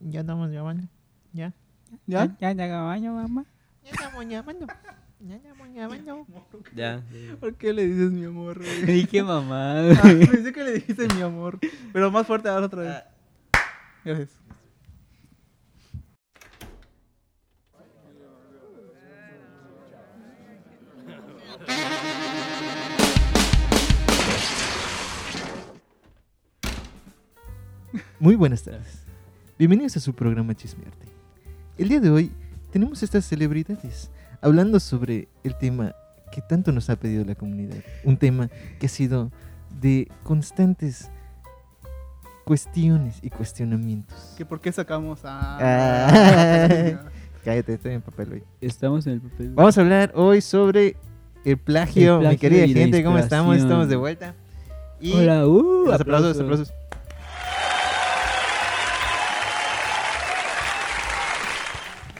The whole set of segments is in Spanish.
Ya estamos llamando. Ya. ¿Ya? Ya, ya acabamos, mamá. Ya estamos llamando. Ya estamos llamando. Ya. ¿Por qué le dices mi amor? güey? Ay, qué mamada. Ah, pensé que le dijiste mi amor. Pero más fuerte ahora otra vez. Ah. Gracias. Muy buenas tardes. Bienvenidos a su programa Chismearte. El día de hoy tenemos estas celebridades hablando sobre el tema que tanto nos ha pedido la comunidad. Un tema que ha sido de constantes cuestiones y cuestionamientos. ¿Que ¿Por qué sacamos a.? Ah. Cállate, estoy en papel hoy. Estamos en el papel. Vamos a hablar hoy sobre el plagio, El plagio mi querida y la gente. ¿Cómo estamos? inspiración. Estamos de vuelta. Y Hola, uh, los aplausos, aplauso. aplausos.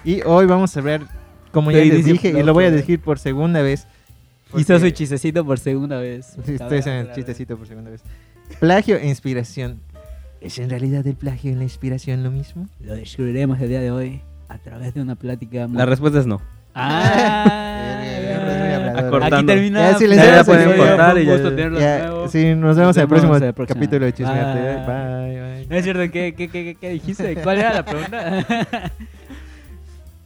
Y hoy vamos a ver, como ya Pero les dice pues, dije, y lo aplauso, voy a ¿verdad? decir por segunda vez. Hizo su porque- chistecito por segunda vez. Sí, Estoy haciendo el chistecito por segunda vez. Plagio e inspiración. ¿Es en realidad el plagio y la inspiración lo mismo? Lo descubriremos el día de hoy a través de una plática. muy- La respuesta es no. Ah, Verga, yo soy muy hablador. aquí Acortando. termina. Ya, silencio, Ya ya la pueden silencio. cortar y Ya, ya. Un gusto tenerlos de nuevo. Ya, sí, nos vemos en el Nos vemos próximo en el próximo. capítulo de Chismearte. Bye. Bye, No bye. es cierto, ¿qué, qué, qué, qué, qué dijiste? ¿Cuál era la pregunta?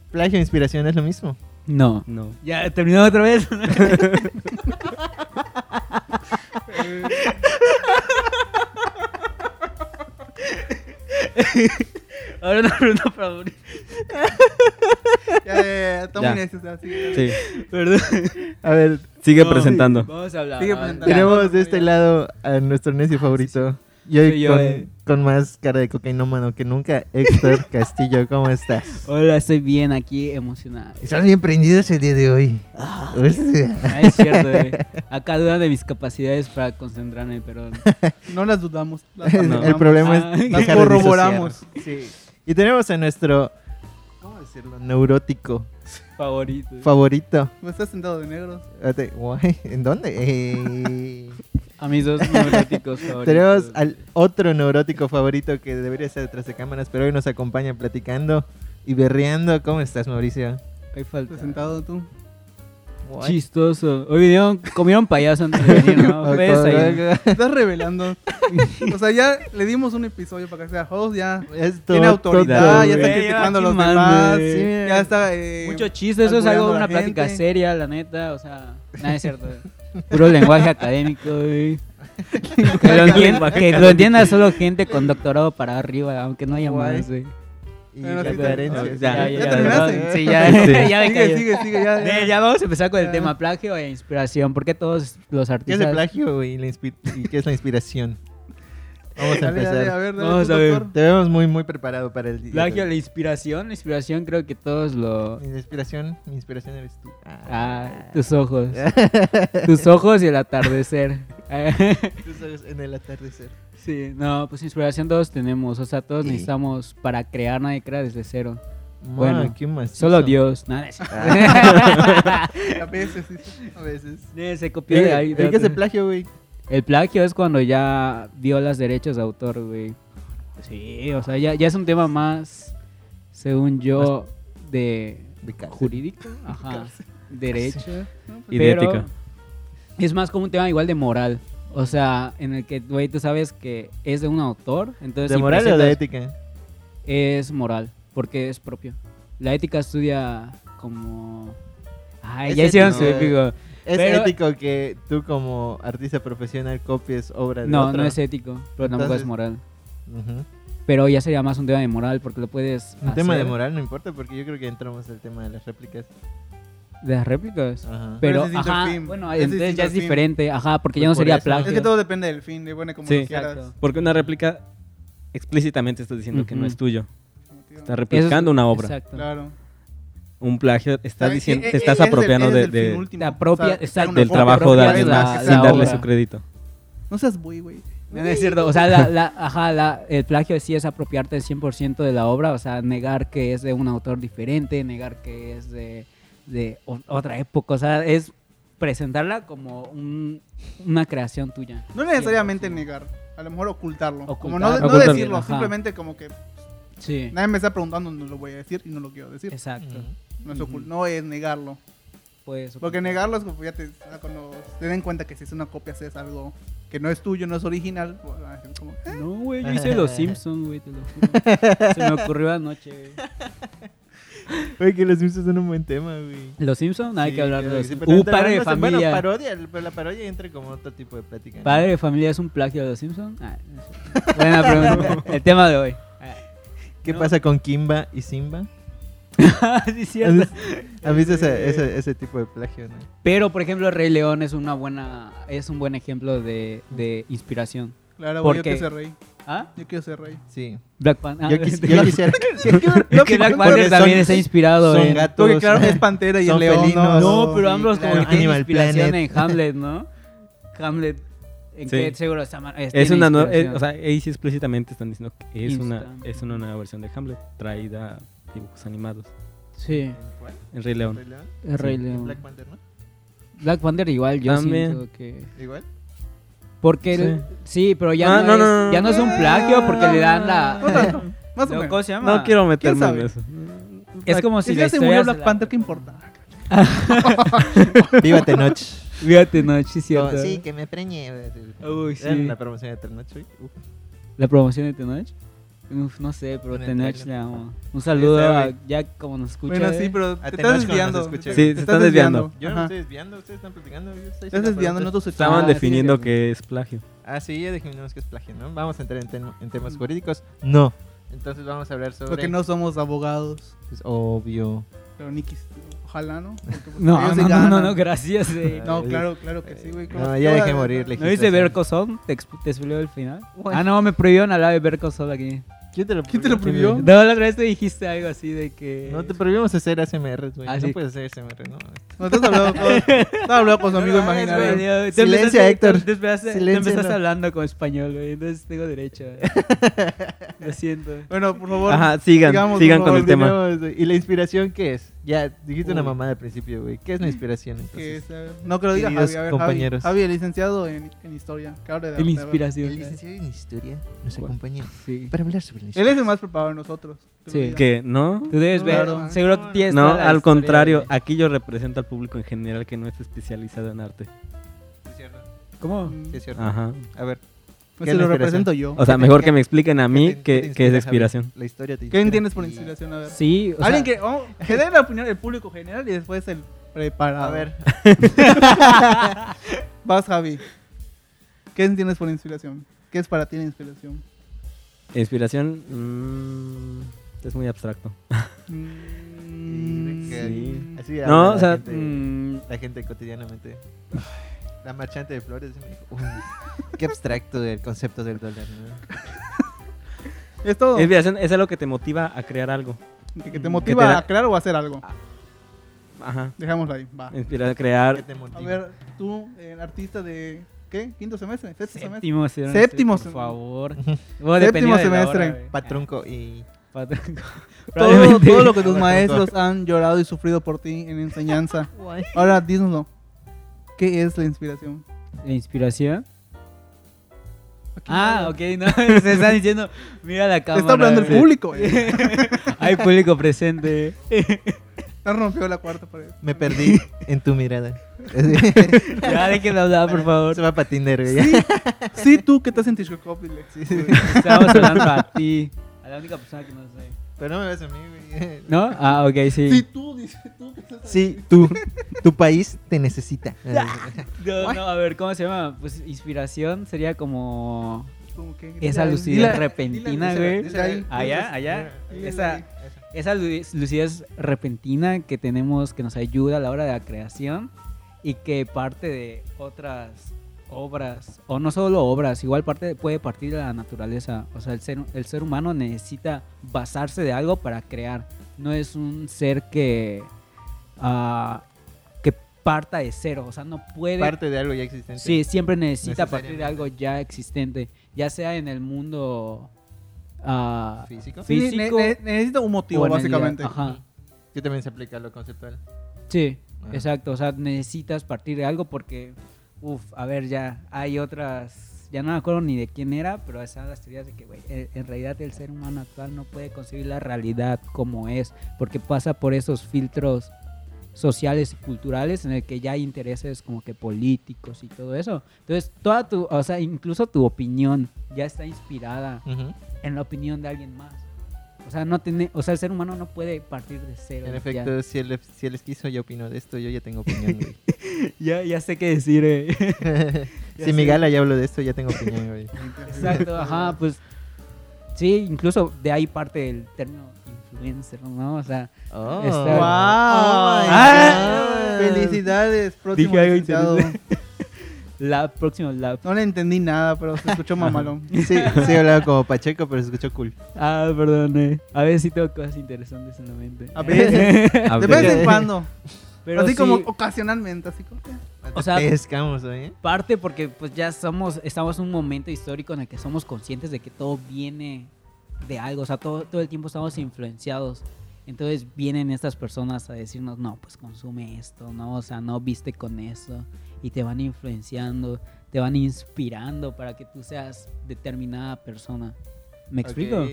Plagio e inspiración es lo mismo. no. No. Ya terminó otra vez. Ahora una pregunta para Uri. Ya, ya, ya, estamos Ya. innecesarios, sí. Sí. Perdón. A ver, Sigue No, presentando. Vamos a hablar. ah, Sigue vamos a hablar. presentando. tenemos de este lado a nuestro Ah, necio favorito. Y Soy hoy yo, con, eh. con más cara de cocainómano que nunca, Héctor Castillo, ¿cómo estás? Hola, estoy bien aquí, emocionado. Estás bien prendidos el día de hoy. Pues, Hostia. Ah, es cierto, eh. Acá duda de mis capacidades para concentrarme, pero. No las dudamos. Las El confirmamos, problema Ah. es Las Las dejar de corroboramos. disociar. Y tenemos a nuestro, ¿cómo decirlo? Neurótico Favorito. favorito. ¿Me estás sentado de negro? Espérate, guay, ¿En dónde? Eh, a mis dos neuróticos favoritos. tenemos al otro neurótico favorito que debería estar detrás de cámaras, pero hoy nos acompaña platicando y berreando. ¿Cómo estás, Mauricio? Hay ¿Estás falta. sentado tú? Guay. Chistoso. Hoy vinieron, comieron payaso antes de venir, ¿no? Fue desayuno. Estás revelando. O sea, ya le dimos un episodio para que sea host, ya. Es todo- Tiene autoridad, todo- ya está Güey, criticando a los aquí manda, demás. güey. sí, Ya está. eh, Mucho chiste, eso es alburando algo de a la una plática gente. seria, la neta, o sea, nada es cierto. Puro lenguaje académico, güey. Que lo, entienda, que lo entienda solo gente con doctorado para arriba, aunque no haya Guay. más, güey. y Bueno, las sí, carencias. ya, ya terminaste. Sí, ya, Sí. ya me Sigue, cayó. sigue, sigue, ya. ya. Ve, ya vamos a empezar con el Ya. tema plagio e inspiración. ¿Por qué todos los ¿Qué es el artistas plagio güey, y, la inspi- y qué es la inspiración? Vamos a Dale, dale, empezar. a ver, dale, Vamos tú, a ver. doctor. Te vemos muy, muy preparado para el día. plagio la inspiración? La inspiración creo que todos lo... Mi inspiración, mi inspiración eres tú. Ah, tus ojos. Tus ojos y el atardecer. Tus ojos en el atardecer. Sí, no, pues inspiración todos tenemos, o sea, todos Sí. necesitamos para crear, nadie crea desde cero. Bueno, Bueno, ¿qué más? Solo hizo? Dios, nada. es- A veces, sí, a veces. Nadie se copió de ahí. Eh, de ¿Qué es otro. el plagio, güey? El plagio es cuando ya violas derechos de autor, güey. Sí, o sea, ya, ya es un tema más, según yo, de De cárcel. jurídico, ajá, derecho. No, pues, Y de Pero ética. Es más como un tema igual de moral. O sea, en el que, güey, tú sabes que es de un autor. Entonces, ¿De si moral o de presentas- ética? Es moral, porque es propio. La ética estudia como... Ay, Es ya hicieron ético. su épico. ¿Es Pero- ético que tú como artista profesional copies obra de No, otro? no es e- ético, pero tampoco es Entonces- moral. Ujú. Pero ya sería más un tema de moral, porque lo puedes Un tema de hacer. moral no importa porque yo creo que entramos al tema de las réplicas. De las réplicas. Ajá. Pero, Ah, ese es distinto al ajá, fin. bueno, Ese es entonces distinto ya al es fin. diferente, ajá, porque ya no Pues por sería eso. plagio. Es que todo depende del fin, de bueno, como Sí. lo quieras. Exacto. Porque una réplica explícitamente estás diciendo que no Ujú. es tuyo. Estás Eso es- replicando una obra. Exacto. Claro. Un plagio estás Eh, diciendo, eh, te estás eh, ese es el- apropiando ese es de, el de- fin último. La propia- O sea, sacar exacto. una del La foto trabajo de propia alguien de la- más de sin la darle obra. su crédito. No seas muy, güey. No, no es cierto, o sea, la, la- ajá, la- el plagio sí es apropiarte del 100% de la obra, o sea, negar que es de un autor diferente, negar que es de, de o- otra época, o sea, es presentarla como un- una creación tuya. No necesariamente 100%. negar, a lo mejor ocultarlo. Como Ocultar. no, no Ocultarlo, decirlo, ajá. simplemente como que Sí, Nadie me está preguntando, no lo voy a decir y no lo quiero decir. exacto. no, es ocul- Ujú. no es negarlo. Pues, Porque negarlo es como ya te, ah, cuando te den cuenta que si es una copia, si es algo que no es tuyo, no es original, pues, van a decir como, "Eh, No, güey, yo hice los Simpsons, güey, te lo juro. Se me ocurrió anoche, güey. Oye, que los Simpsons son un buen tema, güey. Los Simpsons, nada que hablar de los Sí, Simpsons. pero Uh, te- padre de bueno, Bueno, familia. parodia, el- pero la parodia entra como otro tipo de plática. ¿no? Padre de familia es un plagio de los Simpsons. Ah, no sé. Buena pregunta. El tema de hoy. ¿Qué No. pasa con Kimba y Simba? Ah, sí, cierto. ¿Has visto Eh. ese, ese, ese tipo de plagio, no? Pero, por ejemplo, el Rey León es una buena, es un buen ejemplo de, de inspiración. claro, ¿Por güey, yo qué? quiero ser rey. ¿Ah? Yo quiero ser rey. Sí. Black Panther. Yo, quis- yo quisiera... Es que Black Panther también está inspirado son en... gatos. Porque claro, es pantera y Son el león. felinos. No, pero Sí, ambos claro. como que tienen Animal inspiración Planet. en Hamlet, ¿no? Hamlet, ¿en Sí. qué seguro está mal? Es una nueva, nueva... o sea, ahí sí explícitamente están diciendo que es una, Instante. es una nueva versión de Hamlet traída a dibujos animados. sí, El Rey León. el Rey León. Black Panther, ¿no? Black Panther igual, yo También. siento que... Igual. Porque el- sí, pero ya, Ah, no, no, es, no, ya no es un plagio porque le dan No la... tanto, Más o Lo- menos. ¿Cómo se llama? No quiero ¿Quién meterme sabe? en eso. Es como si Si la ya se historia murió se Black la- Panther, ¿qué importa? Viva Tenoch. Fíjate, no, sí, No, cierto. sí, que me preñe. Uy, sí. Era La promoción de Tenoch, güey. Uf. La promoción de Tenoch. Uf, no sé, pero Con el Tenoch trailer. le amo. Un saludo sabe. a Jack como nos escucha. Bueno, eh. sí, pero te Atenas estás Ah, cuando nos desviando. escuche. Te- Sí, te se están desviando. Yo no Ajá. me estoy desviando, ustedes están platicando. yo estoy Estás haciendo desviando, no preguntas. tus Estaban Ah, sí, definiendo sí. que es plagio. Ah, sí, ya definimos que es plagio, ¿no? Vamos a entrar en, tem- en Mm. temas jurídicos. No. Entonces vamos a hablar sobre... Porque no somos abogados. Pues, obvio. Pero Nikis, ojalá, ¿no? Porque, pues, No, ellos no, sí no, ganan. no, no, gracias. eh. No, No, claro, claro que sí, güey. ¿Cómo No, te ya voy a- dejé morir, le- ¿No viste Berco Sol? ¿Te, exp- te spoileo el final? Bueno. Ah, no, me prohibieron hablar de Berco Sol aquí. ¿Quién te lo, ¿Quién te lo prohibió? No, la otra vez te dijiste algo así de que... No te prohibimos hacer ASMR, güey. Ah, no sí. puedes hacer ASMR, ¿no? No, estás hablando con, estás hablando con su amigo No pues, lo hagas, imaginario. güey. Ah, Te Silencio, empezaste- Héctor. Te empezaste, te Silencio, empezaste no. hablando con español, güey. Entonces tengo derecho. eh. Lo siento. Bueno, por favor. Ajá, sigan, sigamos, sigan por con el favor, tema. Continuemos, güey. ¿Y la inspiración qué es? Ya dijiste una Uy. mamada al principio, güey. ¿Qué es la inspiración que entonces? es, eh, no que lo diga Queridos Javi, a ver, compañeros. Javi, Javi, el licenciado en, en historia. que hable de El de- inspiración. El licenciado en historia nos Guau. acompaña Sí. para hablar sobre la Él historia. es el más preparado de nosotros. que lo Sí. diga. Que no. Tú debes ver. Claro. Seguro tú tienes No, toda la al historia, contrario, güey. aquí yo represento al público en general que no está especializado en arte. Sí, es cierto. ¿Cómo? Mm, Sí, es cierto. Ajá. A ver. Ese lo represento yo. O sea, mejor que me expliquen a mí qué, qué es inspiración. La historia te ¿Qué inspira. entiendes por Y- inspiración? A ver. Sí, o Alguien sea, que, oh, que dé la opinión del público general y después el preparado. A ver. Vas, Javi. ¿Qué entiendes por inspiración? ¿Qué es para ti la inspiración? Inspiración mm, es muy abstracto. Mm, que- Sí. Así habla No, la o sea, gente- mm, La gente cotidianamente. La marchante de flores me dijo, "Uy, qué abstracto el concepto del dólar, ¿no? Es todo. inspiración es algo que te motiva a crear algo. que, que te motiva da- a crear o a hacer algo. Ajá. Dejémoslo ahí. Va. Inspirar a Que crear. te A motiva. ver, tú, eh, artista de. ¿Qué? ¿Quinto semestre? ¿Sexto semestre? séptimo semestre. Séptimo Por semestre. favor. Séptimo semestre. Patrunco y... Todo, todo lo que tus Ahora, maestros han llorado y sufrido por ti en enseñanza. Ahora, dínoslo. ¿Qué es la inspiración? La inspiración. Ah, ok, no, se está diciendo, mira la Te cámara. está hablando el güey. público. eh. Hay público presente. Te rompió la cuarta pared. Me perdí en tu mirada. Ya déjenlo hablar, por favor. Se va para Tinder, güey. Sí, sí, tú que estás en Tishkokov, dile. Estamos hablando a ti. A la única persona que no sé. Pero no me ves a mí, güey. ¿No? Ah, ok, sí. Sí, tú, dice tú que estás Sí, tú. Tu país te necesita. Ah, No, no, a ver, ¿cómo se llama? Pues inspiración sería como. como que- Esa Dile- lucidez dile- repentina, dile- güey. dile ahí. Allá, allá. Dile Esa, ahí. esa lu- lucidez repentina que tenemos que nos ayuda a la hora de la creación y que parte de otras obras o no solo obras igual parte puede partir de la naturaleza o sea el ser el ser humano necesita basarse de algo para crear no es un ser que ah, que parta de cero o sea no puede Parte de algo ya existente. Sí, siempre necesita partir de algo ya existente, ya sea en el mundo ah, ¿Físico? Sí. Sí, ne- físico ne- necesita un o motivo, en el- básicamente. Ajá. Que también se aplica a lo conceptual. Sí, Ah. exacto. O sea, necesitas partir de algo porque, uff, a ver, ya hay otras teorías, ya no me acuerdo ni de quién era, pero estaban las teorías de que, güey, e- en realidad el ser humano actual no puede concebir la realidad como es, porque pasa por esos filtros sociales y culturales en el que ya hay intereses como que políticos y todo eso. Entonces, toda tu, o sea, incluso tu opinión ya está inspirada Ujú. en la opinión de alguien más. O sea, no tiene, o sea, el ser humano no puede partir de cero. En ya. efecto, si el, si el esquizo ya opinó de esto, yo ya tengo opinión, güey. Ya, ya sé qué decir. eh. si mi gala ya habló de esto, ya tengo opinión, güey. Exacto, ajá, pues sí, incluso de ahí parte el término influencer, ¿no? O sea, Oh, Está- Ah. my ¡Ah! God. Felicidades, próximo Dije algo licenciado. la próxima, la... No le entendí nada, pero se escuchó mamalón. Sí, sí, hablaba como Pacheco, pero se escuchó cool. Ah, perdón, eh. a veces sí tengo cosas interesantes en la mente. A veces. A De ver, vez en cuando. Ah, Pero así sí, como ocasionalmente, así como. O sea- pescamos, ¿eh? parte porque pues ya somos, estamos en un momento histórico en el que somos conscientes de que todo viene de algo, o sea, todo, todo el tiempo estamos influenciados. Entonces vienen estas personas a decirnos, no, pues consume esto, no, o sea, no viste con eso. Y te van influenciando, te van inspirando para que tú seas determinada persona. ¿Me explico?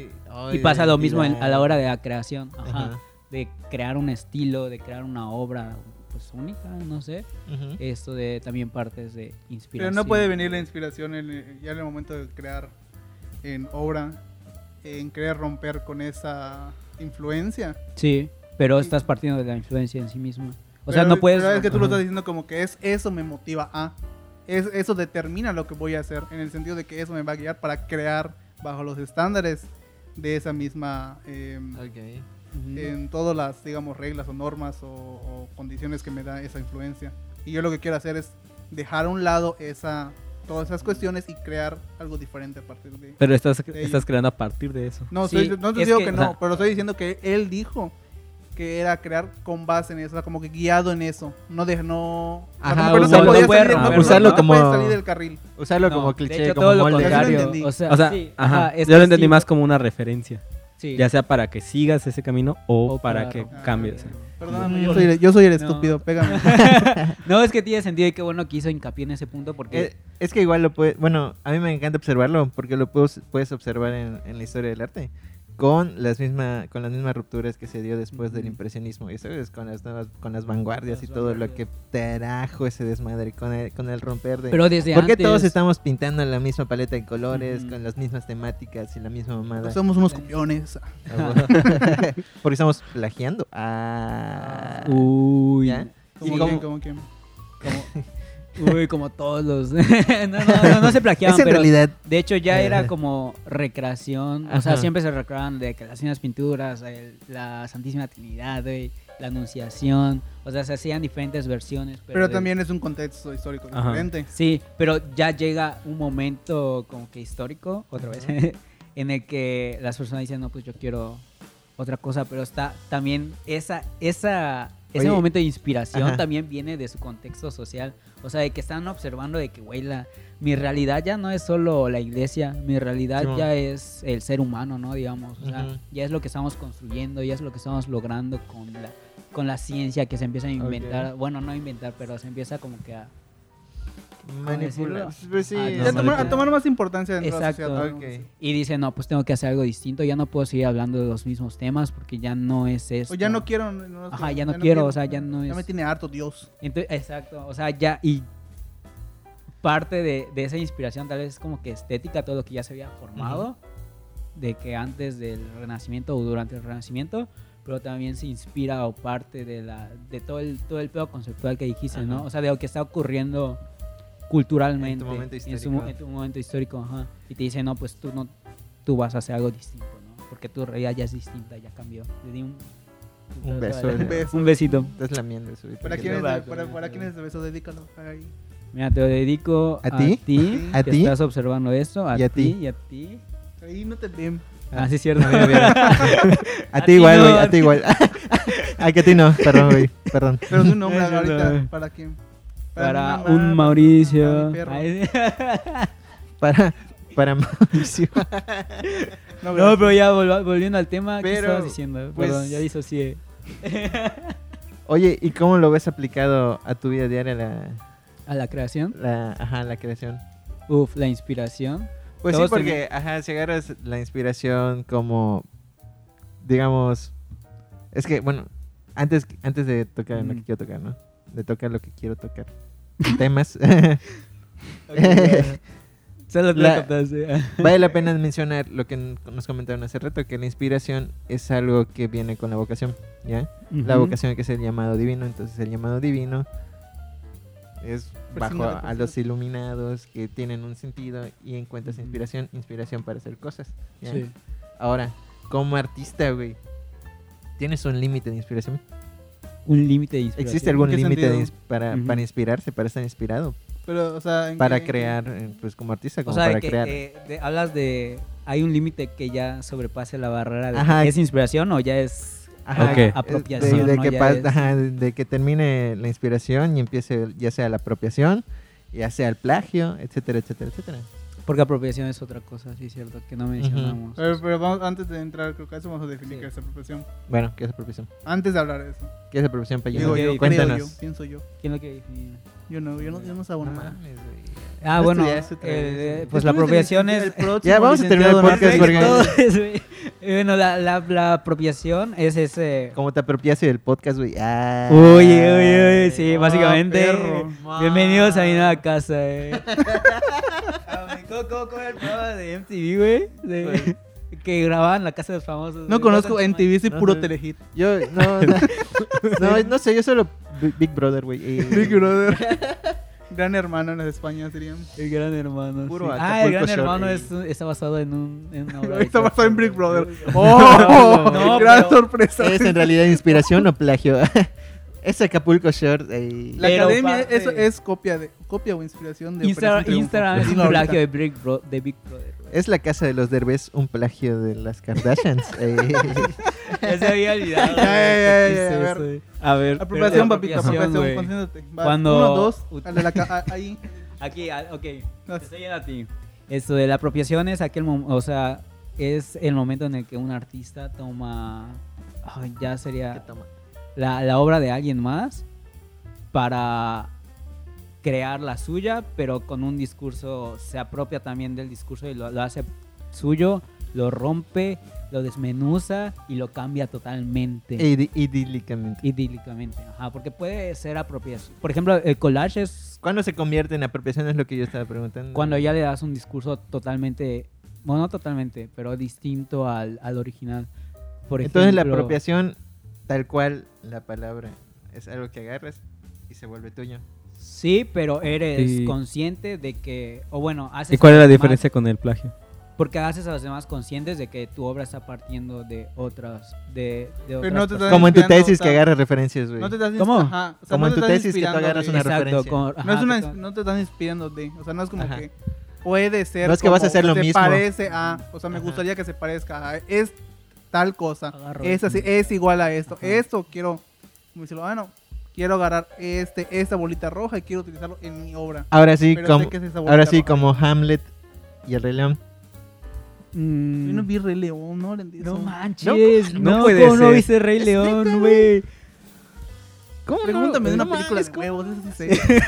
Y pasa lo mismo en- a la hora de la creación, ajá, Ajá. de crear un estilo, de crear una obra, pues única, no sé. Ujú. Esto de también partes de Pero inspiración. no puede venir la inspiración en- eh, ya en el momento de crear en obra, en querer romper con esa influencia. Sí, pero estás partiendo de la influencia en sí mismo. O sea, Pero- no puedes... Pero es que tú lo Ajá. estás diciendo como que es eso me motiva a. Es, eso determina lo que voy a hacer, en el sentido de que eso me va a guiar para crear bajo los estándares de esa misma. em, Ujú. en todas las, digamos, reglas o normas o, o condiciones que me da esa influencia. Y yo lo que quiero hacer es dejar a un lado esa, todas esas cuestiones y crear algo diferente a partir de... Pero estás, ello. estás creando a partir de eso. No, Sí, estoy- no te es digo que- que, o no, sea- pero estoy diciendo que él dijo que era crear con base en eso, como que guiado en eso. No de no... Ajá, no, usarlo- podía no puede salir- no- romper, no- usarlo no como- puede salir del carril. Usarlo No, como de cliché, hecho, como todo lo molde. Yo contrario. lo entendí. o sea, O sea, sí, ajá, ajá, es yo lo que entendí sí, más como una referencia. sí. Ya sea para que sigas ese camino o, O para, para que romper. Ah, cambies. Perdóname, Mm. yo soy, yo soy el No. estúpido, pégame. No, es que tiene sentido y qué bueno que hizo hincapié en ese punto porque... Eh, Es que igual lo puedes, bueno, a mí me encanta observarlo porque lo puedes, puedes observar en, en la historia del arte con las misma, con las mismas rupturas que se dio después del Ujú. impresionismo y sabes con las nuevas, con las vanguardias Las y todo lo que vanguardias. trajo ese desmadre con el, con el romper de pero desde porque antes... todos estamos pintando la misma paleta de colores Ujú. Pues con las mismas temáticas y la misma mamada Ah, Somos unos ah, copiones. porque estamos plagiando ah, Uh, Uy, ¿Ya? Como Y que- como- como que- como- uy, como todos los... no, no, no, no se plagiaban, es en pero... realidad De hecho, ya era Ajá. como recreación. O sea, Ajá. siempre se recreaban de que las mismas pinturas, el- la Santísima Trinidad, güey, la Anunciación. O sea, se hacían diferentes versiones. Pero, Pero de- también es un contexto histórico Ajá. diferente. Sí, pero ya llega un momento como que histórico, otra vez, en el que las personas dicen, no, pues yo quiero otra cosa, pero está también esa, esa, ese Oye, momento de inspiración ajá. también viene de su contexto social. O sea, de que están observando de que, güey, la, mi realidad ya no es solo la iglesia, mi realidad Simón. ya es el ser humano, ¿no? Digamos, o sea, Ujú. ya es lo que estamos construyendo, ya es lo que estamos logrando con la con la ciencia que se empieza a inventar, bueno, no a inventar, pero se empieza como que a manipular decirlo? Pues sí, Ah, no, Y a, es- tomar, a Exacto. tomar más importancia dentro de Exacto. la Ok. sociedad. ¿no? Y dice, no, pues tengo que hacer algo distinto, ya no puedo seguir hablando de los mismos temas porque ya no es eso. O ya no quiero. no- no- Este, Ajá, ya no quiero, o sea, ya no Ya es- me tiene harto Dios. exacto, o sea, ya, y parte de, de esa inspiración tal vez es como que estética, todo lo que ya se había formado, de que antes del Renacimiento o durante el Renacimiento, pero también se inspira o parte de, la, de todo, el, todo el pedo conceptual que dijiste, ¿no? Ajá. O sea, de lo que está ocurriendo culturalmente. En tu momento su histórico. mo- en tu momento histórico, ajá. Y te dice, no, pues tú no, tú vas a hacer algo distinto, ¿no? Porque tu realidad ya es distinta, ya cambió. Le di un, Un beso. Un beso. Un besito. estás lamiendo eso. güey, ¿Para tranquilo. quién es, va, para, va, para va. quién es el beso? Dedícalo. Ay. Mira, te lo dedico ¿A ti? ¿A que ti? estás observando esto, a, ¿Y a ti ti? y a ti. Ahí no te ven. Ah, sí, es cierto. A ver, A A ti ti igual, no, güey, a a ti ti- igual. Ay, que a ti no, perdón, güey, perdón. Pero tu nombre Ay, no, ahorita. no. ¿Para quién? Para mi mamá, un Mauricio. para mi perro. Ay, Para, para Mauricio. No, No, gracias. pero ya volva- volviendo al tema, ¿qué Pero, estabas diciendo? pues- Perdón, ya disocié. Oye, ¿y cómo lo ves aplicado a tu vida diaria la, ¿A la creación? la, ajá, la creación? Uf, la inspiración. Pues sí, Todos porque, tenían- ajá, si agarras la inspiración como, digamos, es que, bueno, antes, antes de tocar lo que Mm. quiero tocar, ¿no? De tocar lo que quiero tocar. Temas. Solo te La- la contaste. vale la pena mencionar lo que n- nos comentaron hace rato, que la inspiración es algo que viene con la vocación, ¿ya? La Ujú. vocación que es el llamado divino, entonces el llamado divino es bajo Persona de a los iluminados que tienen un sentido y encuentras Ujú. inspiración, inspiración para hacer cosas. ¿ya? Sí. Ahora, como artista, güey, ¿tienes un límite de inspiración? Un límite de inspiración. ¿Existe algún qué límite de sentido? ins- para, Ujú. para inspirarse, para estar inspirado, Pero, o sea, ¿en para qué- crear, eh, pues como artista, como O sea, de para que, crear? eh, de- hablas de. Hay un límite que ya sobrepase la barrera de. Ajá. que ¿Es inspiración o ya es.? Ajá, Ok. eh, Apropiación, de- de ¿no? que Ya pas- es- ajá, de- de que termine la inspiración y empiece ya sea la apropiación, ya sea el plagio, etcétera, etcétera, etcétera. Porque apropiación es otra cosa, sí, es cierto, que no mencionamos. Pero, pero vamos, antes de entrar, creo que a eso vamos a definir Sí. qué es apropiación. Bueno, ¿qué es apropiación? Antes de hablar de eso. ¿Qué es apropiación para Digo yo, Cuéntanos. creo yo, pienso yo. ¿Quién lo quiere definir? Yo no, yo no, yo no sabo No nada. mames, güey. Ah, No bueno, estudiaste otra eh, vez, güey. pues la apropiación es. Ya vamos a terminar el podcast Todo porque es, güey. Eh, bueno, la, la, la apropiación es ese. como te apropiaste del podcast, güey. Ah. Oye, oye, oye, sí, Ah, básicamente. perro. Bienvenidos a mi nueva casa, eh. Ah, güey, ¿Cómo, cómo, cómo era el programa de MTV, güey? De- Que grababan la casa de los famosos. No güey. conozco Cosas MTV, soy No puro sé. telehit. Yo no, no, no, no sé, yo solo Big- Big Brother, güey. eh, Big Brother. Gran hermano en las Españas dirían. como El gran hermano. Puro sí. Ah, Acapulco el gran Shore, hermano eh. es, está basado en, un, en una obra de Está basado en Big Brother. No, ¡Oh! no, gran pero- sorpresa. ¿Es en realidad inspiración o plagio? es Acapulco Short. eh, La Pero academia parte- eso es copia de copia o inspiración de Insta- Operación Triunfo. Instagram es un Dilo ahorita. plagio de Big, Bro- de Big Brother. güey. Es la casa de los derbés un plagio de las Kardashians. eh. Ya se había olvidado. Ya, ya, güey, ya, qué ya, a triste ver. eso, güey. A ver. Apropiación, pero- papito, apropiación, apropiación, güey. concéntrate. Va, Cuando- Uno, dos, Ut- al de la ca- a- ahí. Aquí, ah, ok. No, Te estoy yendo a ti. Esto de la apropiación es aquel mom- o sea, es el momento en el que un artista toma, ay, ya ¿Qué sería toma? la, la obra de alguien más para crear la suya, pero con un discurso, se apropia también del discurso y lo, lo hace suyo, lo rompe, lo desmenuza y lo cambia totalmente Idi- idílicamente. idílicamente. Ajá, porque puede ser apropiación. Por ejemplo, el collage es ¿Cuándo se convierte en apropiación? Es lo que yo estaba preguntando. cuando ya le das un discurso totalmente, bueno, no totalmente, pero distinto al, al original. Por Entonces la ejemplo, apropiación, tal cual la palabra, es algo que agarras y se vuelve tuyo. Sí, pero eres Sí. consciente de que, o bueno, haces... ¿Y a cuál es los la demás- diferencia con el plagio? Porque haces a los demás conscientes de que tu obra está partiendo de otras, de, de Pero no otras te personas. Estás Como en tu inspirando, tesis o que sea, agarras referencias, güey. No te estás ¿Cómo? Ajá, o sea, Como no en te tu estás tesis que tú inspirando agarras de- una Exacto, referencia. como- No, es ajá, una- te- no te estás inspirando de, o sea, no es como Ajá. que puede ser. No es que vas a como, hacer o sea, lo se mismo. parece a, o sea, me Ajá. gustaría que se parezca a, es tal cosa, Agarro es así, esto. es igual a esto, Ajá. esto quiero, como decirlo, ah, no, quiero agarrar este, esta bolita roja y quiero utilizarlo en mi obra. Ahora sí, Pero como, sé que es esa bolita ahora sí roja. como Hamlet y el Rey León. Mm, Yo no vi Rey León, no entendí no eso. manches, no no, no, puede ¿cómo no ser. viste Rey León, güey. ¿Cómo no? Pregúntame de una No película mames, de ¿cómo? huevos, eso sí sé.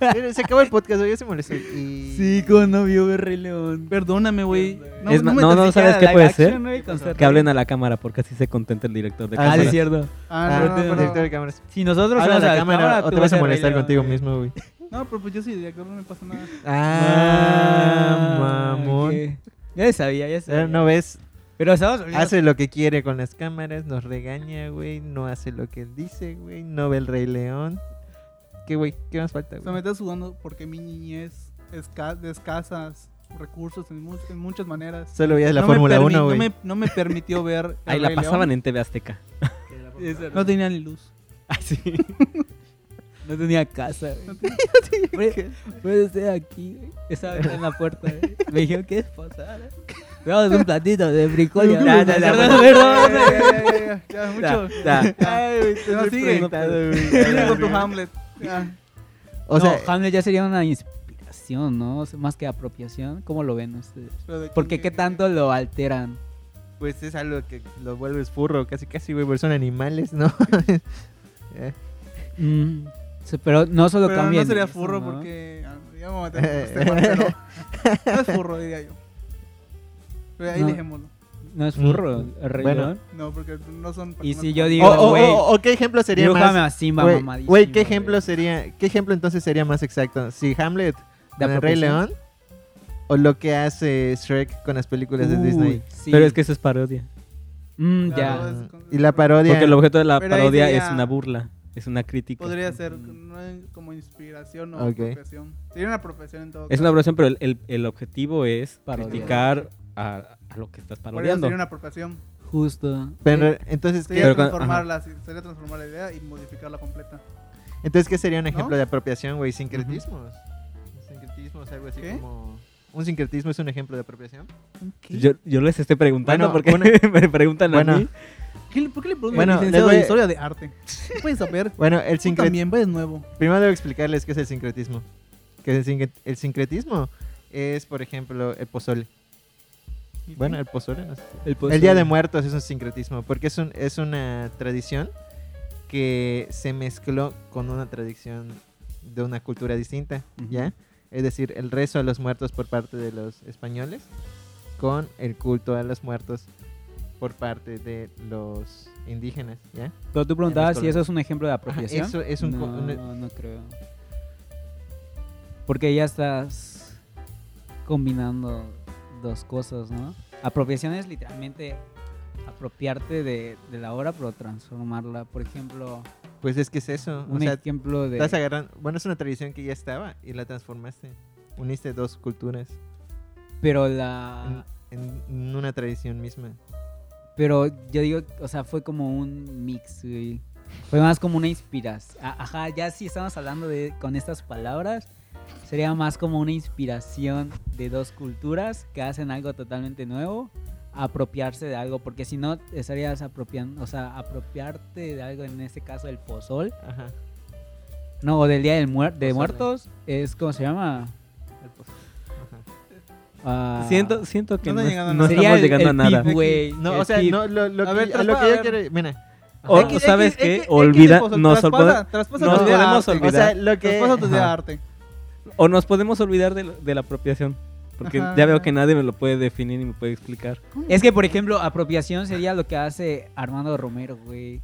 Pero Se acabó el podcast, güey, ya se molestó. Y... Sí, ¿cómo no vio Rey León? Perdóname, güey. Es Es me- más, me no, no, tensé. ¿sabes qué Live puede action, ser? güey, con Seth Que hablen Rogen. a la cámara porque así se contenta el director de Ah, Ah, sí, cámara. es cierto. Ah, no, Ah, no, director pero, de cámaras. Si nosotros Habla a vamos la cámara, o tú te vas a ser Rey molestar León, contigo güey. mismo, güey. no, pero pues yo soy director, no me pasa nada. Ah, mamón. ok. Ya sabía, ya sabía. Eh, No ves, Pero estamos hablando- hace lo que quiere con las cámaras, nos regaña, güey, no hace lo que dice, güey, no ve el Rey León. ¿Qué, güey? ¿Qué más falta, O sea, me güey? está sudando porque mi niñez esca- de escasas recursos en, mu- en muchas maneras. Solo veías la No me Fórmula permi- 1, güey. No me, no me permitió ver. el Ahí la Rey pasaban León. en TV Azteca. No tenía ni luz. Ah, sí. No tenía casa, güey. Puede- Puede ser aquí, güey. Estaba acá en la puerta, güey. Me dijeron que es posada. Vamos un platito de frijoles. No, no, no, Perdón, no. perdón, Ya, güey. ya, ya, ya, ya, mucho. Ya, ya. Ay, güey, te- no sigue. Sigue con tu Hamlet. Ya. O sea, No, Hamlet ya sería una inspiración, ¿no? O sea, Más que apropiación. ¿Cómo lo ven ustedes? Pero de Porque qué quién- tanto lo alteran. pues es algo que lo vuelves furro, casi, casi, güey, porque son animales, ¿no? Eh, Mm, sí, Pero no solo Pero cambia. no en sería eso, furro ¿no? porque. ah, Yo me voy a meter con este Marcelo. No es furro, diría yo. Pero ahí No. dejémoslo. No es furro, Mm, el Rey bueno. León. No, porque no son. Y personas si como- yo O, digo, o- güey, o- o qué ejemplo sería dibújame más. a Simba güey- mamadísimo, Güey, ¿qué ejemplo sería? ¿Qué ejemplo entonces sería más exacto? Si Hamlet Da con el Rey proporción. León o lo que hace Shrek con las películas de Uy, Disney. Ah, sí. Pero es que eso es parodia. Mm, Claro, ya. es- Y la parodia. Porque el objeto de la Pero ahí parodia sería- es una burla, es una crítica. Podría ser no es como inspiración o Ok. profesión. Sería una profesión en todo Es una profesión, pero el, el- el objetivo es Parodiar. criticar a, a lo que estás Por eso parodiando. sería una profesión. Justo. ¿Eh? Pero, entonces, ¿qué, Sería, Pero cuando- transformarla, sí, sería transformar la idea y modificarla completa. entonces, ¿qué sería un ejemplo ¿No? de apropiación, güey? Sincretismos. Sincretismos, algo así ¿Qué? como. ¿Un sincretismo es un ejemplo de apropiación? Pues Yo, yo les estoy preguntando Bueno, porque me preguntan a bueno. mí. ¿Qué le- ¿Por qué le preguntan Bueno, bueno, les voy- pues, de historia de arte? ¿Qué puedes saber? Bueno, el Tú sincretismo. también, vayas nuevo. Primero debo explicarles qué es el sincretismo. Que el, sincre- el sincretismo es, por ejemplo, el pozole. Bueno, el pozole no sé. pues, El Día de Muertos es un sincretismo, porque es, un- es una tradición que se mezcló con una tradición de una cultura distinta, Ujú. ¿ya? Es decir, el rezo a los muertos por parte de los españoles con el culto a los muertos por parte de los indígenas, ¿ya? Pero tú preguntabas Hemos si eso es un ejemplo de Ajá, apropiación. eso es un co- No, un- e- no, creo. Porque ya estás combinando dos cosas, ¿no? Apropiación es literalmente apropiarte de, de la obra, pero transformarla. Por ejemplo, Pues es que es eso. un o sea, ejemplo de... estás agarrando... Bueno, es una tradición que ya estaba y la transformaste. Uniste dos culturas Pero la... en, en- en una tradición misma. Pero yo digo, o sea, fue como un mix, güey. Fue más como una inspiración. Ah, Ajá, ya si estamos hablando de, con estas palabras, sería más como una inspiración de dos culturas que hacen algo totalmente nuevo, apropiarse de algo, porque si no estarías apropiando, o sea, apropiarte de algo, en este caso del pozol, Ajá. no, o del Día del Muer- Pozole. de Muertos, es como se llama. el pozole. Ajá. Ah, Siento, siento que No no, está es- llegando a no nada. estamos Sería el- llegando el a nada. pip, güey, No, el o sea, pip. no, lo, lo A que, ver, a lo que trata- yo quiero... Mira. O- Ajá. o sabes qué, olvida- nos traspasa, olvida- traspasa nos tu idea de podemos arte. O olvidar. sea, lo que... Traspasa tu idea de Ajá. arte. O nos podemos olvidar de, lo- de la apropiación. Porque Ajá. ya veo que nadie me lo puede definir ni me puede explicar. Es que, por ejemplo, apropiación sería lo que hace Armando Romero, güey.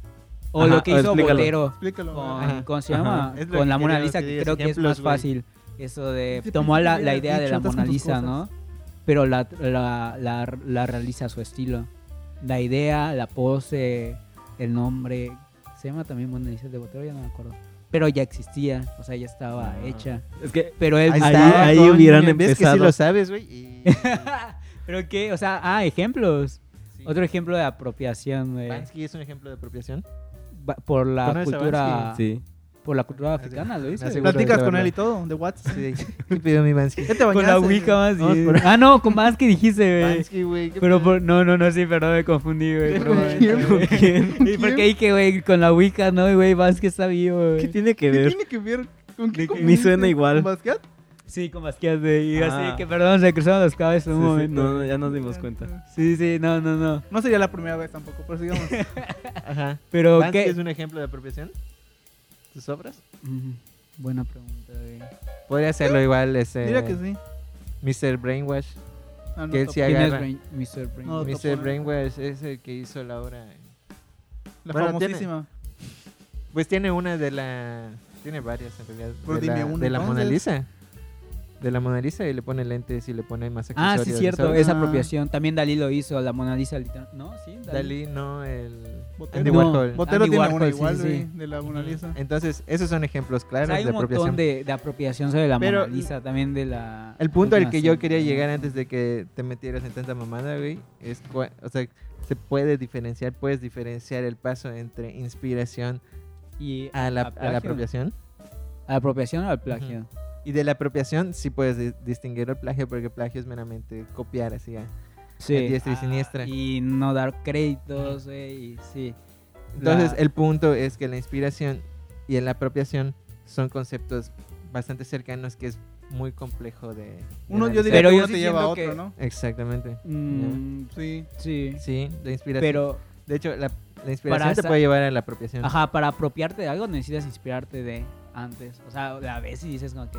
O Ajá, lo que hizo explícalo. Botero Explícalo. con, Ajá. ¿cómo se Ajá. llama? Es lo Con que la Mona quería Lisa, que que digas creo que es ejemplos, más güey. fácil. Eso de Ese tomó pinche la, la hubiera idea de dicho la otras Mona tus Lisa, cosas. ¿no? Pero la, la, la, la realiza a su estilo. La idea, la pose, el nombre. Se llama también Mona Lisa de Botero, ya no me acuerdo. Pero ya existía, o sea, ya estaba Ah. hecha. Es que Pero él... Ahí está. ahí coño, hubieran ¿Ves que sí empezado. lo sabes, güey? Y- ¿Pero qué? O sea, ah, ejemplos. Sí. Otro ejemplo de apropiación, güey. Bansky es un ejemplo de apropiación. Ba- por la ¿Conoces a cultura Bansky? sí. por la cultura africana lo Me dice aseguro. Platicas de con verlo. él y todo, de WhatsApp. Sí, ¿qué pidió mi Bansky? ¿Qué te con la bañaste? Wicca más Vamos bien. por- ah no con más que dijiste güey Bansky, güey. ¿qué pero pedo? por- no no no sí perdón me confundí güey ¿Con perdón, quién? güey. Y porque dije güey con la Wicca no güey más que está vivo ¿Qué güey tiene que ¿Qué ver? tiene que ver? ¿Con qué Ni- ni conviviste? suena igual. ¿Con basquet? sí con más que güey y así Ah. que perdón se cruzaron los cabezas Sí, un sí, momento no, no, ya nos dimos cuenta. sí sí no no no No sería la primera vez tampoco, pero sigamos. Ajá. pero ¿Bansky qué es un ejemplo de apropiación? ¿Tus obras? Mm, buena pregunta güey Podría hacerlo igual ese Diría que sí. Mr. Brainwash. Ah, no, que él top- sí quién es agarra. Brain- Mr. Brain No, Güey? Mr. Topona. Brainwash es el que hizo la obra. La Bueno, famosísima. Pues tiene una de la... Tiene varias en realidad. Pero de dime la, una, de la Mona entonces. Lisa. De la Mona Lisa y le pone lentes y le pone más Ah, accesorios. sí, de cierto, sobra. es Ah. apropiación. También Dalí lo hizo, la Mona Lisa. literal- No, sí, Dalí. Dalí, no, el... Botero. Andy No, Warhol. Botero Andy tiene Warhol, una sí, igual, sí, güey, sí. Eh, de la Mona Lisa. Entonces, esos son ejemplos O claros sea, Pues hay de un montón apropiación. de, de apropiación sobre la Pero- Mona Lisa, también de la... El punto al última que yo cena, quería ¿no? llegar antes de que te metieras en tanta mamada, güey, es cua- o sea, se puede diferenciar, puedes diferenciar el paso entre inspiración Y a la, a la plagio. apropiación ¿A la apropiación o al plagio? y de la apropiación sí puedes di- distinguir el plagio porque plagio es meramente copiar así. ah. Sí. A diestra y siniestra. Y no dar créditos, güey, y sí. Entonces, La- el punto es que la inspiración y la apropiación son conceptos bastante cercanos que es muy complejo de, de Uno, yo analizar. diría Pero que yo uno sí te lleva a siento otro, que- ¿no? Exactamente. Mm, Sí. sí. Sí, la inspiración. Pero, de hecho, la, la inspiración te esa- puede llevar a la apropiación. ajá, para apropiarte de algo necesitas inspirarte de antes. O sea, la ves y dices como que...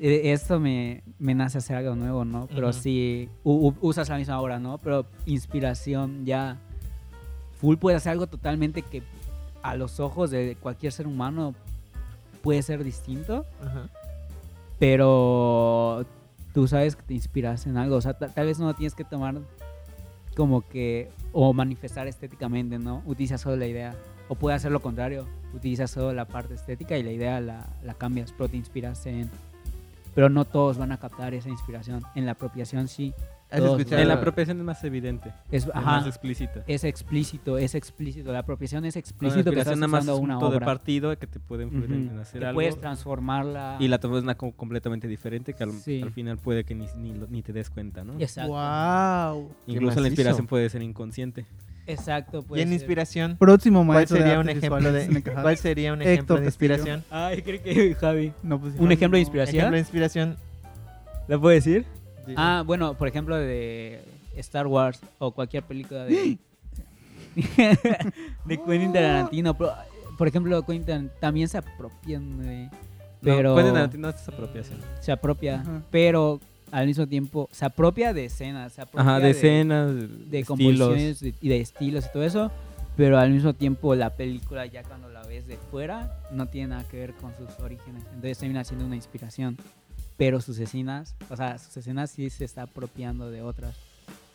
eh, esto me, me nace hacer algo nuevo, ¿no? Pero Ujú. si u- u- usas la misma obra, ¿no? Pero inspiración ya full puede hacer algo totalmente que a los ojos de cualquier ser humano puede ser distinto, Ajá. pero tú sabes que te inspiras en algo, o sea, ta- tal vez no lo tienes que tomar como que o manifestar estéticamente, ¿no? Utiliza solo la idea. O puede hacer lo contrario, utiliza solo la parte estética y la idea la, la cambias, pero te inspiras en... Pero no todos van a captar esa inspiración. En la apropiación sí. ¿Has Todos, escuchado? En la apropiación es más evidente, Es, es ajá, más explícita. es explícito, es explícito. La apropiación es Con la explícito que estás inspiración nada más usando es un una punto de obra. partido que te puede influir en Ujú. hacer Que algo. puedes transformarla. y la tomas una como completamente diferente que al, Sí. al final puede que ni, ni, lo- ni te des cuenta, ¿no? Exacto. Wow. Incluso macizo. la inspiración puede ser inconsciente. Exacto. Y puede en ser. inspiración, Próximo ¿cuál maestro sería de un artes ejemplo visuales en el de, que- cuál sería un Héctor ejemplo de Castillo. inspiración? Ay, creo Ah, que Javi. No, pues, ¿Un no. ejemplo de Ejemplo de inspiración? inspiración. ¿La puedo decir? de- Ah, bueno, por ejemplo, de Star Wars o cualquier película de, de Quentin Tarantino. Pero, Por ejemplo, Quentin Taran- también se apropian de. Pero No, Quentin Tarantino es apropiación. se apropia, Ajá. pero al mismo tiempo se apropia de escenas, se apropia Ajá, de escenas, de, de estilos. composiciones de- y de estilos y todo eso, pero al mismo tiempo la película ya cuando la ves de fuera no tiene nada que ver con sus orígenes, entonces termina siendo una inspiración, pero sus escenas, o sea, sus escenas sí se está apropiando de otras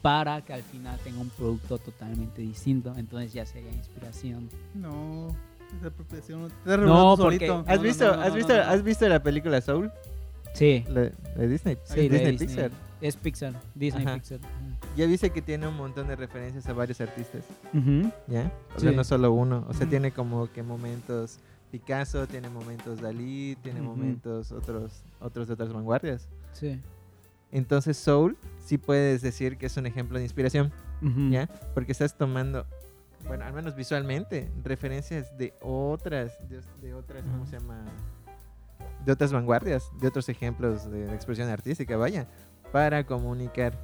para que al final tenga un producto totalmente distinto, entonces ya sería inspiración. No, esa apropiación. No, estás No, revolviendo porque- solito. ¿Has no, visto, no, no, has no, visto, no, no. has visto la película Soul? Sí, La, de Disney. sí, es de Disney, Disney. Pixar. Es Pixar, Disney Ajá. Pixar. Ya viste que tiene un montón de referencias a varios artistas, Ujú. ¿ya? O sea, Sí. no solo uno. O sea, Ujú. tiene como que momentos Picasso, tiene momentos Dalí, tiene Ujú. momentos otros, otros de otras vanguardias. Sí. Entonces Soul sí puedes decir que es un ejemplo de inspiración, Ujú. ¿ya? Porque estás tomando, bueno, al menos visualmente, referencias de otras, de, de otras, ¿cómo Ujú. se llama? De otras vanguardias, de otros ejemplos de expresión artística, vaya, para comunicar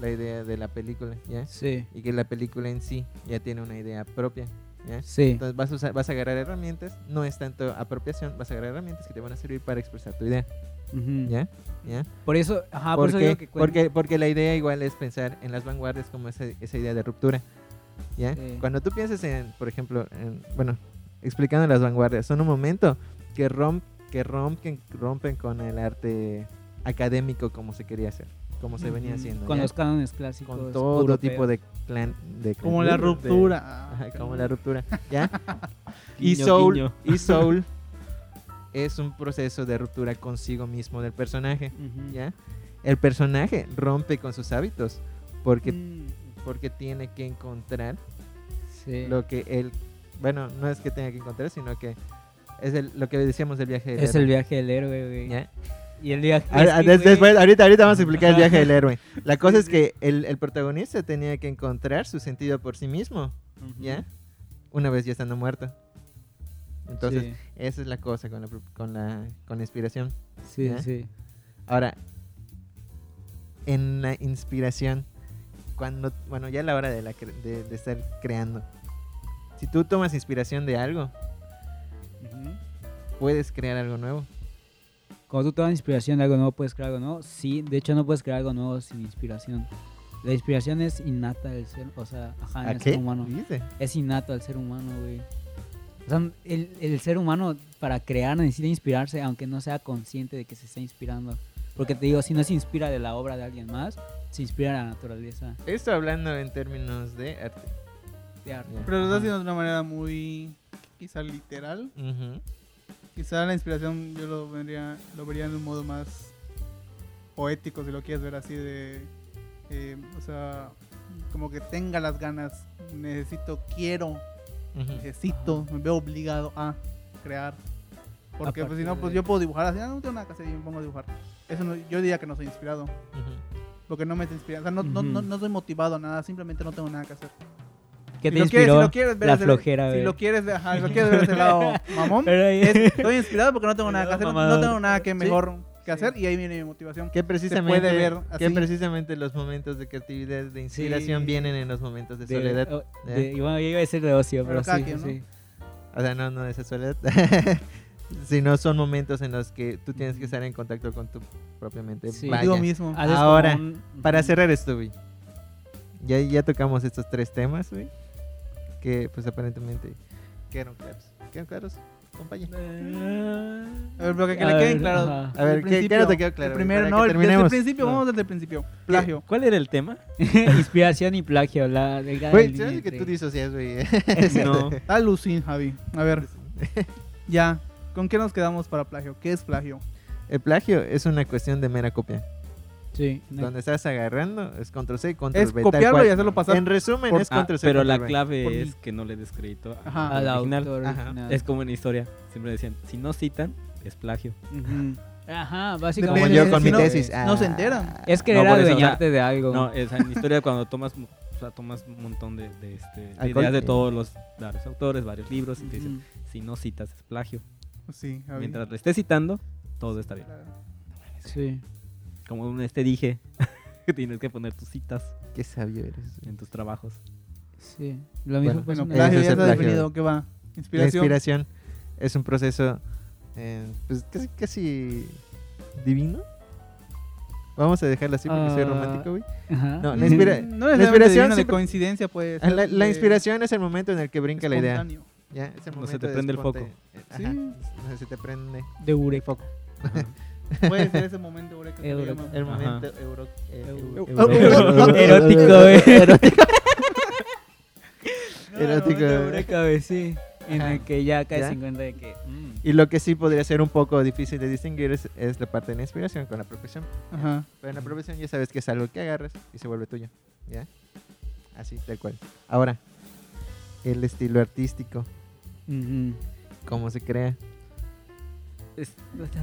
la idea de la película, ¿ya? Sí. Y que la película en sí ya tiene una idea propia, ¿ya? Sí. Entonces vas a, usar- vas a agarrar herramientas, no es tanto apropiación, vas a agarrar herramientas que te van a servir para expresar tu idea, Ujú. ¿ya? ¿Ya? Por eso, ajá, Ah, por, ¿Por eso qué? digo que Quentin- porque, porque la idea igual es pensar en las vanguardias como esa, esa idea de ruptura. ¿ya? Sí. Cuando tú piensas en, por ejemplo, en- bueno, explicando las vanguardias, son un momento que, romp, que rompen, rompen con el arte académico como se quería hacer, como se venía Ujú. haciendo. Con ¿ya? los cánones clásicos. Con todo europeos. tipo de clan. De clan Como la de- ruptura. ajá, como la ruptura. ¿ya? y, Guiño, soul, guiño. y Soul es un proceso de ruptura consigo mismo del personaje. Ujú. ¿ya? El personaje rompe con sus hábitos porque, Mm, porque tiene que encontrar sí. lo que él... Bueno, no es que tenga que encontrar, sino que es el- lo que decíamos del viaje del Es el héroe. viaje del héroe, güey. ¿ya? Y el viaje. A- es a- que, Ah, des- güey, después- ahorita, ahorita vamos a explicar el Ajá. viaje del héroe. La cosa es que el, el protagonista tenía que encontrar su sentido por sí mismo, Ujú. ¿ya? Una vez ya estando muerto. Entonces, Sí, esa es la cosa con la, pro- con la, con la inspiración. sí, ¿ya? sí. Ahora, en la inspiración, cuando, bueno, ya a la hora de, la cre- de, de estar creando, si tú tomas inspiración de algo, Ujú. puedes crear algo nuevo. Cuando tú tomas inspiración de algo nuevo, puedes crear algo nuevo. Sí, de hecho, no puedes crear algo nuevo sin inspiración. La inspiración es innata del ser, o sea, Ah, ajá, ¿A en el este qué? ser humano. Dice. Es innato al ser humano, güey. O sea, el, el ser humano para crear necesita inspirarse, aunque no sea consciente de que se está inspirando. Porque te digo, si no se inspira de la obra de alguien más, se inspira de la naturaleza. Esto hablando en términos de arte. De arte. Ya. Pero lo Ajá. estás haciendo de una manera muy, quizá literal. Ujú. Quizá la inspiración yo lo, vendría, lo vería en un modo más poético, si lo quieres ver así de... eh, o sea, como que tenga las ganas, necesito, quiero, Mm. Ujú. necesito, me veo obligado a crear. Porque pues, si no, partir pues de- yo puedo dibujar así, ah, no tengo nada que hacer y me pongo a dibujar. Eso no- yo diría que no soy inspirado, Ujú. porque no me está inspirando, o sea, no, no, no, Ujú. no soy motivado a nada, simplemente no tengo nada que hacer. ¿Qué Si te lo quieres- inspiró? si lo quieres ver la desde- flojera, Si güey. lo quieres ver, ajá, si lo quieres ver ese lado mamón, Pero ahí- es, estoy inspirado porque no tengo nada que hacer, no Mamador. tengo nada que mejor Sí. que hacer y ahí viene mi motivación. Que precisamente, puede ver que así. precisamente los momentos de creatividad, de inspiración, Sí. vienen en los momentos de de- soledad. o- de- y bueno, yo iba a decir de ocio, Pero pero, cada sí, quien, ¿no? sí. O sea, no, no de esa soledad. sino son momentos en los que tú tienes que estar en contacto con tu propia mente. Sí. Vaya. Contigo mismo. Haces como Ahora, un- Para cerrar esto, güey. Ya, ya tocamos estos tres temas, güey. Que pues aparentemente quedaron claros. ¿Quedaron claros? Compañía. Ah. A ver, pero que, que A le queden ver, claros. ajá. A ver, El ¿qué- qué principio. no te quedó claro, El güey? primero, Para no, que el- desde el terminemos. principio, No. vamos desde el principio. Plagio. ¿Cuál era el tema? Inspiración y plagio. La, la gran Güey, línea ¿sabes que tú entre- disocias, güey? No. Alucin, Javi. A ver, ya. ¿Con qué nos quedamos para plagio? ¿Qué es plagio? El plagio es una cuestión de mera copia. Sí. no- Donde estás agarrando es control C, control Es V. tal copiarlo cual. y hacerlo pasar En resumen, por- es Ah, control C. pero la control V. Por clave mí. es que no le des crédito a- Ajá. al al original. autor Ajá. original. Es como en historia. Siempre decían, si no citan, es plagio. Ujú. Ajá, Como básicamente. Depende, yo con si mi no- tesis. no se enteran. Ah. Es No, querer por eso, o sea, adueñarte de algo. No, es, en historia cuando tomas, mu- o sea, tomas un montón de, de, este, de Alcohol. ideas de todos los varios autores, varios libros, y te dicen, Ujú. si no citas, es plagio. Sí, Javi. Mientras lo estés citando, todo está bien. Sí. Como un este dije, tienes que poner tus citas Qué sabio eres. güey. en tus trabajos. Sí. Lo mismo Bueno, pasa Bueno, en el- plagio Pues Ese es ya el está plagio. definido. ¿Qué va? La Inspiración. inspiración es un proceso eh, pues casi, casi divino. Vamos a dejarlo así porque soy Ah. romántico, güey. Ajá. No, la inspira- Mm, la No necesariamente inspiración divino, de siempre- coincidencia, pues. Ah, La, la inspiración es el momento en el que brinca la idea. Ya, es el No se momento te de prende el foco. esponte- eh, Sí. ajá, no se te prende De el Urek. foco. Puede ser ese momento, güey, que se le Euro- llama. El Ajá. momento euro- eh, Eu- eu- eu- euro- Erótico, eh. güey. No, erótico. el momento eureka. Eureka, güey, sí. En Ajá. el que ya caes ¿Ya? en cuenta de que. mm, Y lo que sí podría ser un poco difícil de distinguir es, es la parte de la inspiración con la profesión. Ajá. Pero en la profesión ya sabes que es algo que agarras y se vuelve tuyo. ¿Ya? Así, tal cual. Ahora, el estilo artístico. ujú. ¿Cómo se crea? Es-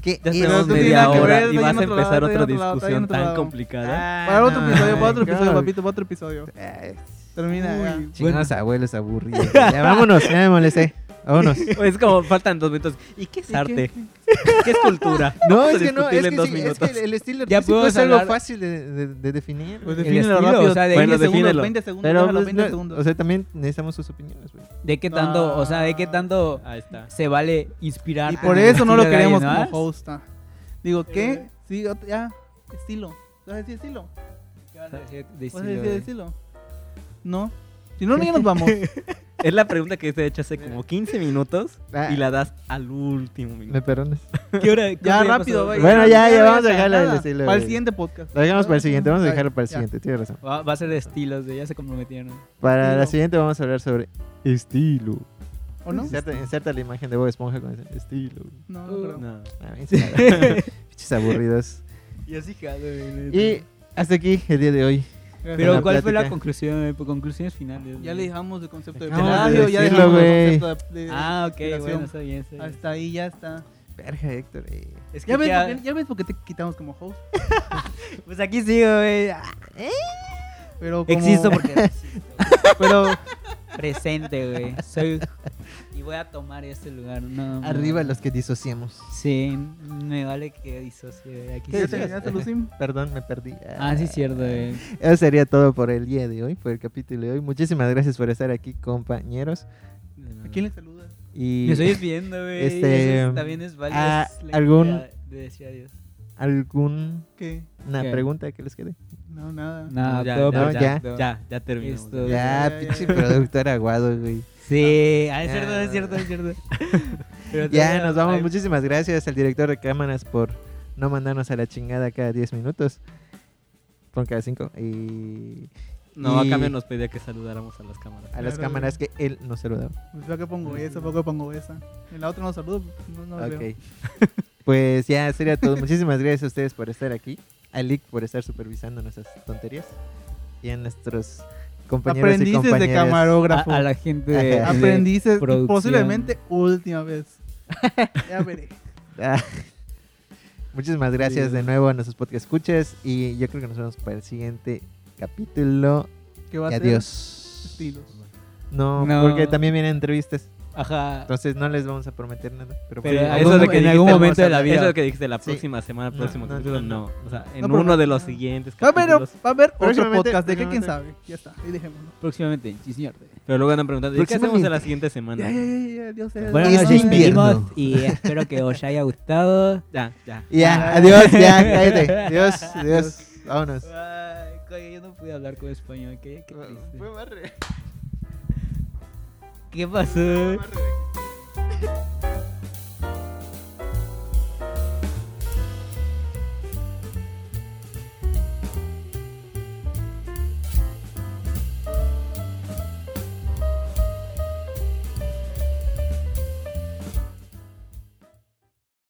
¿Qué ya es? tenemos no tiene media nada que hora ver, y está vas a yendo a otro empezar lado, está otra yendo a otro lado, está discusión yendo a otro tan lado. Ah. complicada. Para otro episodio, para otro episodio, God. papito, para otro episodio. Ay, Termina. ya. Chingados abuelos aburridos. Ya, vámonos, ya me molesté. Vámonos. Es como, faltan dos minutos. ¿Y qué es arte? ¿Qué es cultura? No, Vamos a es que no, es discutirlo que, en dos sí, es que minutos. el estilo Ya artístico podemos es algo hablar- fácil de, de- de definir. Pues güey. define- defínelo estilo, rápido. o sea, de- Bueno, 20 defínelo. segundos, 20 segundos, Pero, déjalo, pues, 20 no, segundos. o sea, también necesitamos sus opiniones, güey. ¿De qué tanto, o sea, de qué tanto Ahí está. se vale inspirar? y por en el eso Ah, no lo estilo de queremos alguien como más? host. ah. Digo, ¿qué? Sí, ot- ya, estilo. ¿Vas a decir estilo? Vas a decir de ¿Vas a estilo decir de- estilo? No. Si no, ni nos vamos. Es la pregunta que te he hecho hace como 15 minutos Ah. y la das al último Me minuto. perdones. ¿Qué hora? ¿Cuánto Ya, ya rápido, pasó? vaya. Bueno, ya, ya, vamos a ya, dejarlo nada. del estilo, Para el güey. siguiente podcast. Lo dejamos para el siguiente, vamos a Ay, dejarlo para el ya. siguiente, tienes razón. Va, va a ser de estilos, de ya se comprometieron. Para la Estilo. siguiente vamos a hablar sobre estilo. ¿O no? Inserta, inserta la imagen de Bob Esponja con ese estilo. güey. No, no creo. No. Ah, bien, sí, claro. Pinches aburridos. Y así jalo, Y hasta aquí el día de hoy. Gracias. Pero la ¿cuál fue la plática. conclusión? eh, Conclusiones finales. Ya le dejamos el concepto de Acabamos de plagio, ya decirlo, dejamos güey. el concepto de, de Ah, ok, inspiración. bueno, está bien. está bien. Hasta ahí ya está. Verga, Héctor. eh. Ah, Es que ¿Ya ves, ya- por qué- ya ves por qué te quitamos como host. Pues aquí sigo, güey. Ah, Pero como, Existo porque existo, güey. Pero presente, güey. Soy y voy a tomar este lugar. No. no. Arriba los que disociamos. Sí, me vale que disocie. güey, Aquí ¿Qué ¿Ya sí. decías? terminaste, Lucim? Perdón, me perdí. Ah, sí, cierto, eh. güey. Eso sería todo por el día de hoy, por el capítulo de hoy. Muchísimas gracias por estar aquí, compañeros. ¿A quién le saludas? Y Me estoy despidiendo, güey. Este, Eso es- también es válido. ah, es la algún- idea de decir adiós. alguna ¿Qué? ¿Qué? pregunta que les quede. No, nada. No, ya, Ah, todo no, perfecto. ya, Ya, ya terminamos. Esto- Ya, ya, pinche ya. productor aguado, güey. Sí, ah, es Ya, cierto, no, es cierto, no. es cierto. Pero Ya, todavía- nos vamos. ay, Muchísimas gracias al director de cámaras por no mandarnos a la chingada cada 10 minutos. Con cada 5. Y No, Y- a cambio nos pedía que saludáramos a las cámaras. a las Claro, cámaras que él nos saludaba. Pues ¿para qué pongo esa? ¿Para qué pongo esa? En la otra no saludo. No, no veo. Ok. Pues ya sería todo. Muchísimas gracias a ustedes por estar aquí. A Lick por estar supervisando nuestras tonterías. Y a nuestros compañeros y Aprendices compañeras. de camarógrafo. A, a la gente de- Ajá. de Aprendices, y producción. posiblemente última vez. ya veré. Ah. Muchísimas gracias de nuevo a nuestros podcast escuchas. Y yo creo que nos vemos para el siguiente capítulo. ¿Qué va Y a ser? adiós. Estilos. No, No. porque también vienen entrevistas. Ajá. Entonces no les vamos a prometer nada. Pero, Pero sí, en algún algún- eso de mo- que en dijiste, algún vamos momento a- de la vida. Eso de que dijiste la Sí. próxima semana, No, próximo no, capítulo, no, no. no. O sea, en No, pero- uno de los siguientes Va a haber, capítulos. va a haber otro Próximamente- podcast de que quién próximamente. sabe. Ya está, ahí dejémoslo. Próximamente, sí, señor. Pero luego andan preguntando, ¿y qué hacemos en la siguiente semana? Ya, ya, ya, ya, Dios, ya, Buenas Es ya. noches, invierno. pedimos y espero que os haya gustado. Ya, ya. Ya, adiós, ya, cállate. Adiós, adiós. Vámonos. Ay, coño, yo no pude hablar con español. Qué, qué triste. Fue barre, ¿Qué pasó? fue barre.